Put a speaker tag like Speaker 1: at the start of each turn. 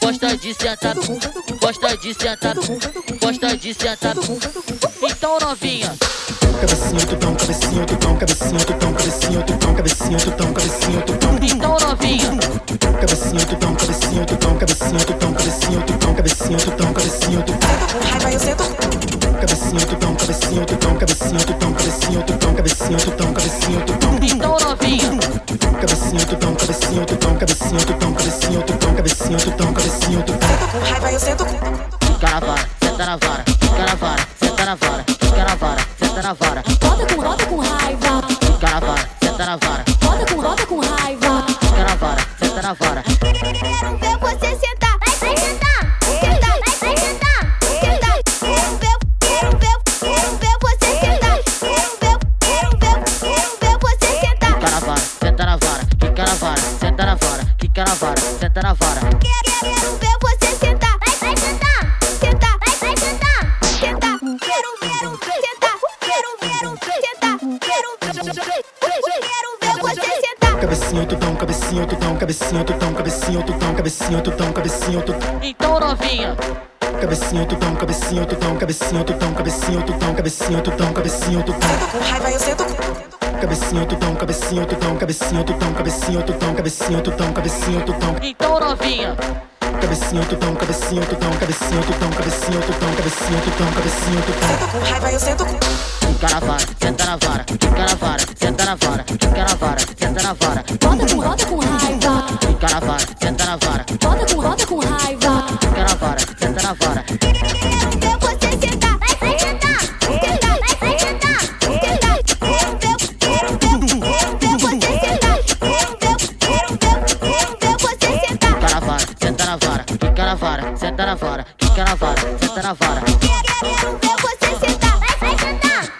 Speaker 1: gosta de sentar, gosta de sentar, gosta de sentar. Então novinha,
Speaker 2: Cabecinho, tu tão, cabecinho, tu tão, cabecinho, tu tão, cabecinho, tu tão, cabecinho, tu tão, cabecinho, tu tão.
Speaker 1: então novinha,
Speaker 2: Cabecinho, tu tão, cabecinho, tu tão, cabecinho, tu tão, cabecinho, tu tão, cabecinho, tu tão, cabecinho, tu tão.
Speaker 3: Com raiva eu sento
Speaker 2: Cabecinho, tu tão, cabecinho, tu tão, cabecinho, tu tão, cabecinho, tu tão, cabecinho, tu tão, cabecinho, tu tão.
Speaker 1: então novinha,
Speaker 2: Cabecinho, tu tão, cabecinho, tu tão, cabecinho, tu tão, cabecinho, tu tão, cabecinho, tu tão, cabecinho, tu tão.
Speaker 3: com raiva eu sento
Speaker 1: fica na vara, senta na vara, fica na vara, senta na vara, fica na vara, senta na vara,
Speaker 4: Roda com roda com raiva.
Speaker 1: fica na vara, senta na vara,
Speaker 4: Roda com roda com raiva.
Speaker 1: fica na vara, senta na vara.
Speaker 5: Quero ver você sentar. Vai sentar. Sentar. Vai sentar. Sentar. Quero ver, quero ver, quero ver você sentar. Quero ver, quero ver, quero ver você sentar.
Speaker 1: Fica na vara, senta na vara, fica na vara, senta na vara, fica na vara, senta na vara.
Speaker 5: Quero ver você sentar. Vai sentar. Sentar. Vai sentar. Sentar. Quero ver, sentar. Quero ver, sentar. Quero ver você sentar.
Speaker 2: Cabecinho, tu tão, cabecinho, tu tão, cabecinho, tu tão, cabecinho, tu tão, cabecinho, tu tão, cabecinho, tu tão.
Speaker 1: Então novinha,
Speaker 2: Cabecinho, tu tão, cabecinho, tu tão, cabecinho, tu tão, cabecinho, tu tão, cabecinho, tu tão, cabecinho, tu tão.
Speaker 3: com raiva eu sento
Speaker 2: Cabecinho, tu tão, cabecinho, tu tão, cabecinho, tu tão, cabecinho, tu tão, cabecinho, tu tão, cabecinho, tu tão.
Speaker 1: então novinha,
Speaker 2: Cabecinho, tu tão, cabecinho, tu tão, cabecinho, tu tão, cabecinho, tu tão, cabecinho, tu tão, cabecinho, tu tão.
Speaker 3: com raiva eu sento
Speaker 1: fica na vara, senta na vara, fica na vara, senta na vara, fica na vara, senta na vara.
Speaker 4: Roda com roda com raiva.
Speaker 1: Fica na vara, senta na vara,
Speaker 4: Roda com roda com raiva.
Speaker 1: fica na vara, senta na vara.
Speaker 5: Quero ver você sentar. Vai sentar. Sentar. Vai sentar. Sentar. Quero ver, quero ver, quero ver você sentar. Quero ver, quero ver, quero ver você
Speaker 1: Fica
Speaker 5: sentar.
Speaker 1: na vara, senta na vara, fica na vara, senta na vara, fica na vara, senta na vara.
Speaker 5: Quero ver você sentar. Vai sentar.